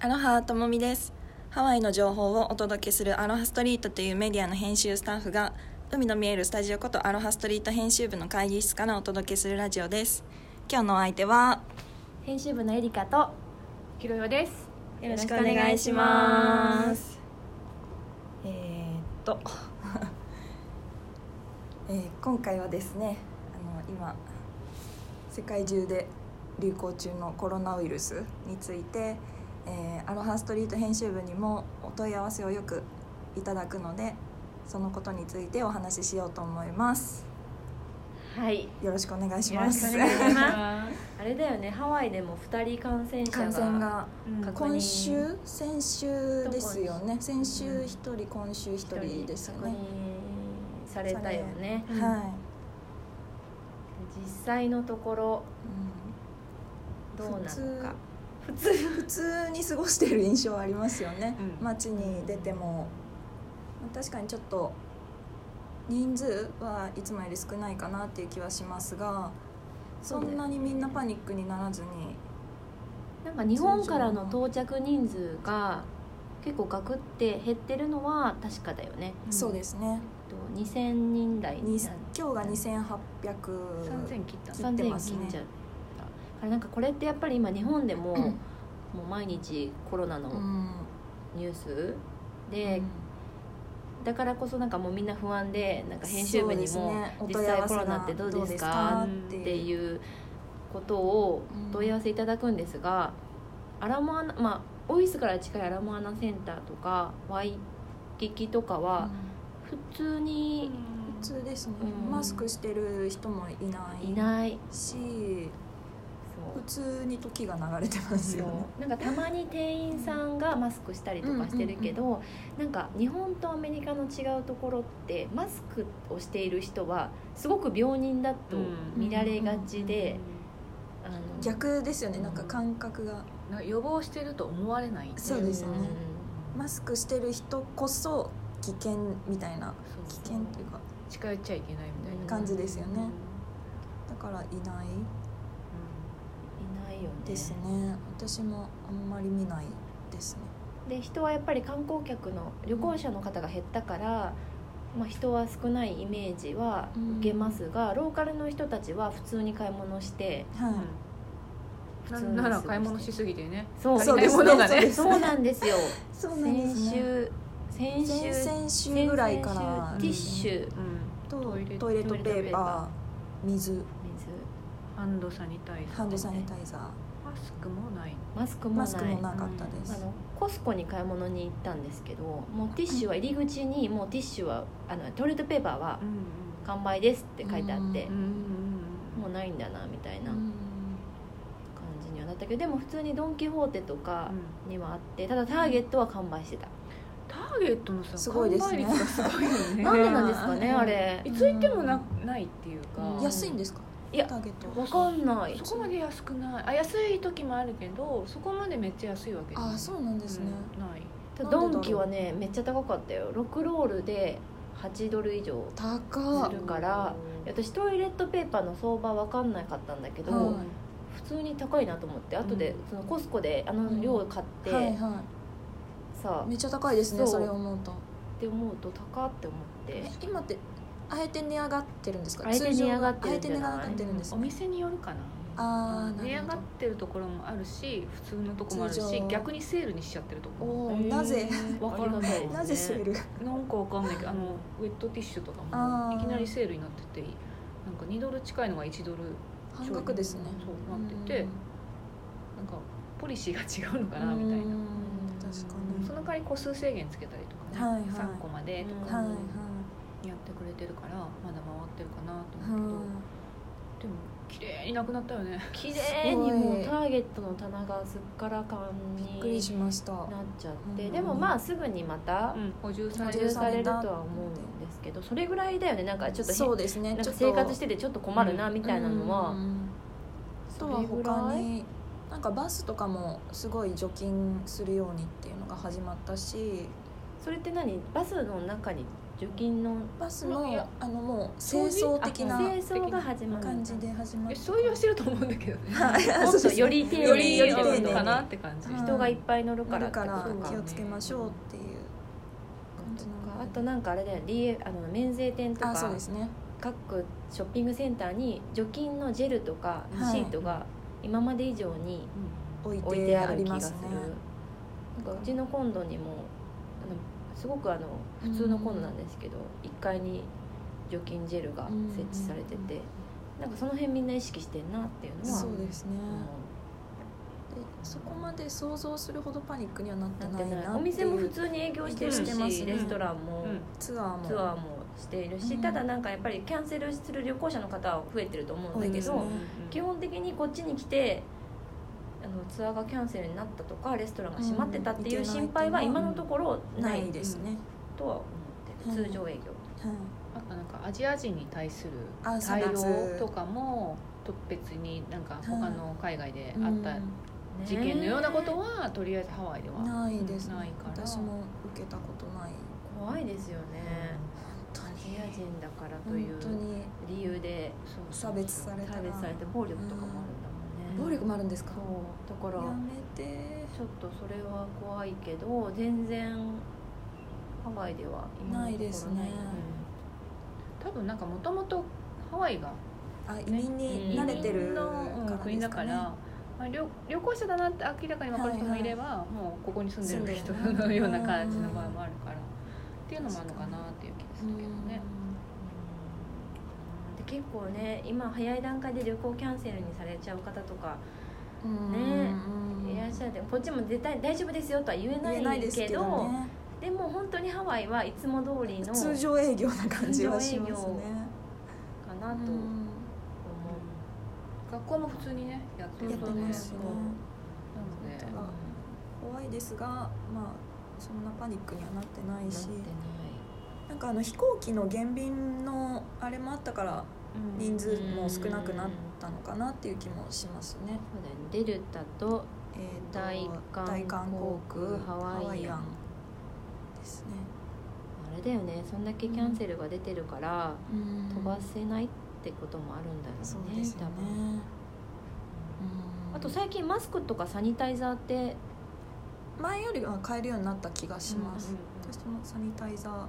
アロハともみですハワイの情報をお届けするアロハストリートというメディアの編集スタッフが海の見えるスタジオことアロハストリート編集部の会議室からお届けするラジオです今日のお相手は編集部のエリカとひろよですよろしくお願いしますえー、っと、 えー今回はですねあの今世界中で流行中のコロナウイルスについて、えーアロハストリート編集部にもお問い合わせをよくいただくのでそのことについてお話ししようと思いますはいよろしくお願いしますよろしくお願いしますます。あれだよねハワイでも二人感染者 が感染が確認今週先週ですよね先週一人今週一人ですよ確ね認されたよねそれはい、実際のところうどんうなのか普通普通に過ごしてる印象ありますよね、うん街に出ても確かにちょっと人数はいつもより少ないかなっていう気はしますがそんなにみんなパニックにならずになんか日本からの到着人数が結構ガクって減ってるのは確かだよねそうですねと2000人台ににな今日が三2800千切った。切ってますね3000切っちゃっただからなんかこれってやっぱり今日本でも、もう毎日コロナのうんニュースうで、んだからこそなんかもうみんな不安でなんか編集部にそうでもすねお実問い合際わコせロがナってどうですどかうですかってってういうことをうん問い合わせいただくんですが、アラモアナまあオフィスから近いアラモアナセンターとかワイキキとかうんは普通に普通ですね、うんマスクしてる人もいないいない、しそう普通に時が流れてますよねなんかたまに店員さんがマスクしたりとかしてるけど、なんか日本とアメリカの違うところってマスクをしている人はすごく病人だと見られがちで、あの逆ですよねなんか感覚がなんか予防してると思われない。そうですねマずスクしてる人こそ危険みたいな危険というか近寄っちゃいけないみたいな感じですよねだからいないいないよねですね私もあんまり見ないですねで人はやっぱり観光客の旅行者の方が減ったから、まあ、人は少ないイメージは受けますが、ローカルの人たちは普通に買い物してはい、うん。な普通になら買い物しすぎてね。そう足りないものがそうでね。すそうなんですよそうなんで先すね週先週先々週ぐらいから先々週ティッシュ、うん。とトイレトイレットペトイレットーペーパパー水水ハンドサニタイザハー。ンドサニタイザーマスクもない。マスクもマなスクもないかったであす、のコスコに買い物に行ったんですけどもうティッシュは入り口にもうティッシュはあのトイレットペーパーはん完売ですって書いてあってうん。うんうんもうないんだなみたいうな感んじにはなったけどでも普通にドン・キホーテとうかん。にはあってただターゲットは完売してた、ターゲットのさ、すごいですね完売率がすごいよね。 なんでなんですかねうんあれいつ行ってもなないっていううか。ん安いんですかいやターゲットわかんないそこまで安くないあ安い時もあるけどそこまでめっちゃ安いわけじゃないあそうなんですね、うんないただドンキはねめっちゃ高かったよ6ロールで8ドル以上高っするから私トイレットペーパーの相場わかんなかったんだけど、はい普通に高いなと思って後でうんそのコスコであの量を買って、はいはさいあっめっちゃ高いですねそうそれを思うとて思うと高って思って え今ってあえて値上がってるんですかあえて値上がっ通常はあてるんじゃないえて値上がってるんですおね店によるかなあーなるほど値上がってるところもあるし普通のとこもある通常し逆にセールにしちゃってるとおこおーなぜわからないありがたいですねなぜセール なんかわかんないけどあのウェットティッシュとかあもーいきなりセールになっててなんか2ドル近いのが1ドル半額ですねそうなっててなんかポリシーが違うのかうなみたいなうん確かにその代わり個数制限つけたりとかね、はいはい3個までとうんかはいはいやってくれてるからまだ回ってるかなと思うけど、はでも綺麗になくなったよね綺麗にもうターゲットの棚がすっからかんいびっくりにしましたなっちゃって、うんでもまあすぐにまたうん補充さ補れ充るされるとは思うんですけどそれぐらいだよねなんかちょっとそうですねなんちかょっと生活しててちょっと困るなみたいなのうんは、うんうんあとはそれぐら他いになんかバスとかもすごい除菌するようにっていうのが始まったしそれって何バスの中に除菌のバスまあいのやあのもう清掃的なあ清掃が始まる感じで始まっえてそういうしてると思うんだけ どねもっとより丁よ寧りによより丁り丁寧寧にかなって感じ、うん人がいっぱい乗るかならっるてこかとらか気をつけましょうっていうとかあとなんかあれだよ DF あの免税店とあかそうですね各ショッピングセンターに除菌のジェルとかはいシートが今まで以上に置い置いててああるり気まがすすねるなんかうちのコンドにもあのすごくあの普通のコンドなんですけど1階に除菌ジェルが設置されててなんかその辺みんな意識してんなっていうのはそうですねあのでそこまで想像するほどパニックにはなってなっなていないなおって店もい普う通に営業してる営し業してますねレストランも、ツアーもツアーもしているし、うんただなんかやっぱりキャンセルする旅行者の方は増えてると思うんだ多いけでど、すね基本的にこっちに来てあのツアーがキャンセルになったとかレストランが閉まってたっていうんいうけない心配はと今のところなないいですね、とは思ってるうん通常営業、はいあとなんかアジア人に対するあ対差別応とかも特別になんか他の海外であったね事件のようなことはとりあえずハワイではないですねないから私も受けたことない怖いですよね本アジア人だから当とにいう本当に理由でそうそう差別された差別されらて暴力とかもあるんだもんね、暴力もあるんですかそうだからやめてちょっとそれは怖いけど全然ハワイでは今のなところいですね多分なんかもともとハワイがあ移民に慣れて移る民のうんからで国すだかから、ねまあ、旅旅行者だなって明らかに分かる人もいれば、もうここに住んでる人のような感じの場合もあるから、っていうのもあるのかなっていう気がするけどね。で結構ね今早い段階で旅行キャンセルにされちゃう方とかうんねうんいらっしゃって、こっちも絶対大丈夫ですよとは言え言えなないいけでどすでけどねも本当にハワイはいつも通りのか通常営業な感じはしま通す常営ねなとう思ん学校も普通にねやってるやのってでますねな本ので怖いですがまあそんなパニックにはなってなういなっしてないなんかあの飛行機の減便のあれもあったからうん人数も少なくなったのかなっていう気もしますね。そうだよねデルタとえーと大韓大韓航空ハワイアンですね。あれだよねそんだけキャンセルが出てるから、飛ばせないってこともあるんだろうねそうですよね多。分うんあと最近マスクとかサニタイザーって前よりは買えるようになった気がします。私もサニタイザーあっ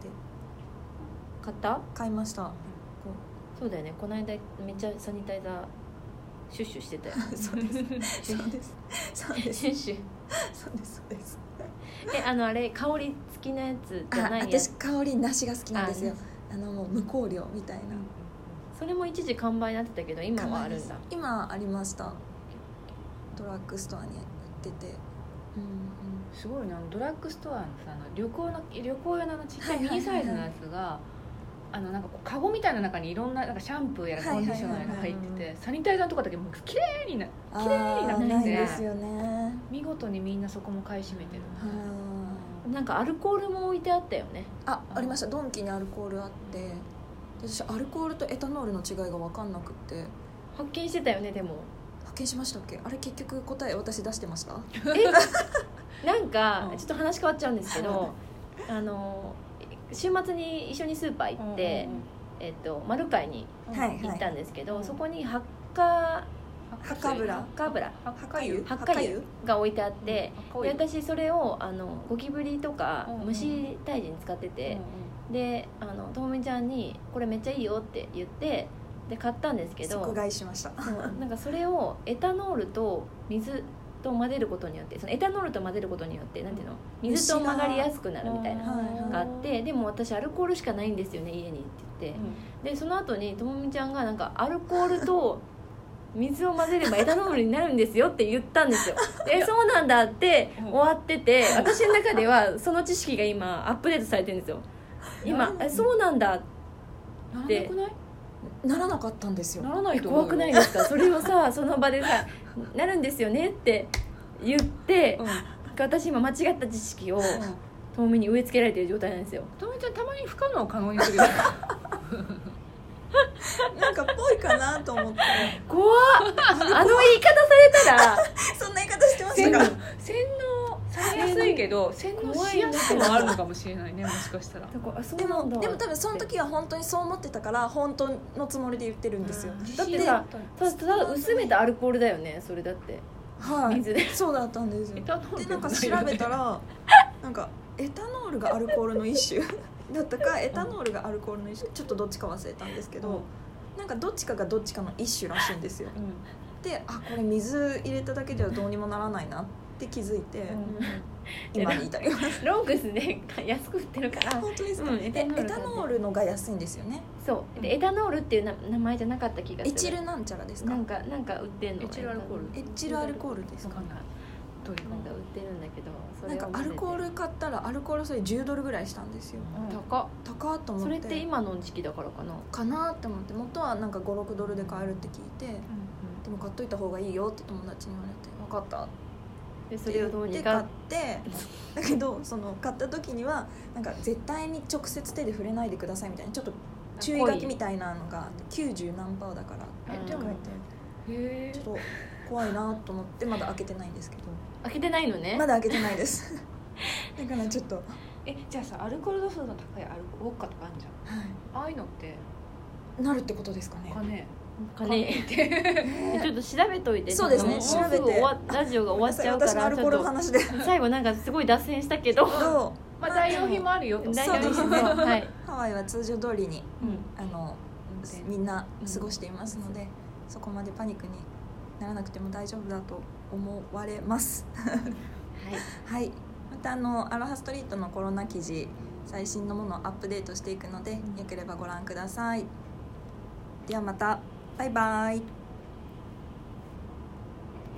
て買った買いました。そうだよねこの間めっちゃサニタイザーシュッシュしてたよそうです。 そうです。そうです。シュッシュそうです。そうです。えあのあれ香り付きのやつじゃあないや私つ香りなしが好きなんですよあ。あのもう無香料みたいな。それも一時完売になってたけど今はあるんだ今ありましたドラッグストアに売ってて、すごいなドラッグストアのさあの旅行の旅行用のあのちっちゃいはいミはいはいはいニサイズのやつがあのなんかこうカゴみたいな中にいろんななんかシャンプーやらはいコはいンはデいィショナーが入っててサニタイザーとかだけもう綺麗になあ綺麗になってーてないですよね見事にみんなそこも買い占めてる、あーなんかアルコールも置いてあったよねあありましたドンキにアルコールあってで私アルコールとエタノールの違いが分かんなくって発見してたよねで も発見しましたっけあれ結局答え私出してました なんかうんちょっと話変わっちゃうんですけどあの週末に一緒にスーパー行って、えっと、マルカイにうんはい行ったんですけど、はいそこにハッカハハカブラハッカブラハハッッカカ油油ハッカ油が置いてあって、ハでッカ私それをあのゴキブリとかうんうん虫退治に使って油て、であのともみちゃんに「これめっちゃいいよ」って言ってで買ったんですけど即買いしましたそうなんかそれをエタノールと水と混ぜることによってそのエタノールと混ぜることによってなんていうの水と曲がりやすくなるみたいなはいのがあってでも私アルコールしかないんですよね家にって言って。でその後にともみちゃんがなんかアルコールと水を混ぜればエタノールになるんですよって言ったんですよえそうなんだってうん終わってて私の中ではその知識が今アップデートされてるんですよ今うんえそうなんだならなくないならなかったんですよならないと思う怖くないですかそれをさその場でさ「なるんですよね」って言ってうん私今間違った知識をともみに植え付けられてる状態なんですよとみちゃんたまに不可能を可能にす るよねなんかぽいかなと思って 怖っあの言い方されたらそんな言い方してました洗か脳洗脳されやいけど洗脳しやすくもあるのかもしれないねもしかしたらだからあそうでなもんだでも多分その時は本当にそう思ってたから本当のつもりで言ってるんですよ、だってさただただ薄めたアルコールだよねそれだってはい水で そうだったんですよでなんか調べたらなんかエタノールがアルコールの一 種だったかエタノールがアルコールの一種ちょっとどっちか忘れたんですけど、なんかどっちかがどっちかの一種らしいんですよであこれ水入れただけではどうにもならないなって気づいて、今に至りますロングスね安く売ってるから本当ですか、うんでエエタタノールがノールのが安いんですよねそうでエタノールっていうな名前じゃなかった気がするエチルなんちゃらですかなんかなんか売ってんのエチルアルコールエチルアルコールですなんかかどういうなんか売ってるんだけどそなんれをかアルコール買ったらアルコールそれ10ドルぐらいしたんですよ高高っとっ思っそてれって今の時期だからかなかなって思って元はなんか56ドルで買えるって聞いてでも買っといた方がいいよって友達に言われて分かったでそってれ言をどうっにて買っかてだけどその買った時にはなんか絶対に直接手で触れないでくださいみたいなちょっと注意書きみたいなのが90何パーだからって書いてへちょっと怖いなと思ってまだ開けてないんですけど開けてないのねまだ開けてないです だからちょっとはいえじゃあさアルコール度数の高いアルコウォッカとかあるじゃんああいうのってなるってことですかねお金お金え ちょっと調べといてそうですねももうぐ調べて終わラジオが終わっちゃうか私のアらルちコーょっルのと話 で最後なんかすごい脱線したけどどまあ代用品もあるよ と大代用品丈夫ですそうねですねはい、うハワイは通常通りにあの運みんな過ごしていますので、そこまでパニックにならなくても大丈夫だと思われます。 はい、またあのアロハストリートのコロナ記事最新のものをアップデートしていくので、うんよければご覧ください。ではまたバイバイ。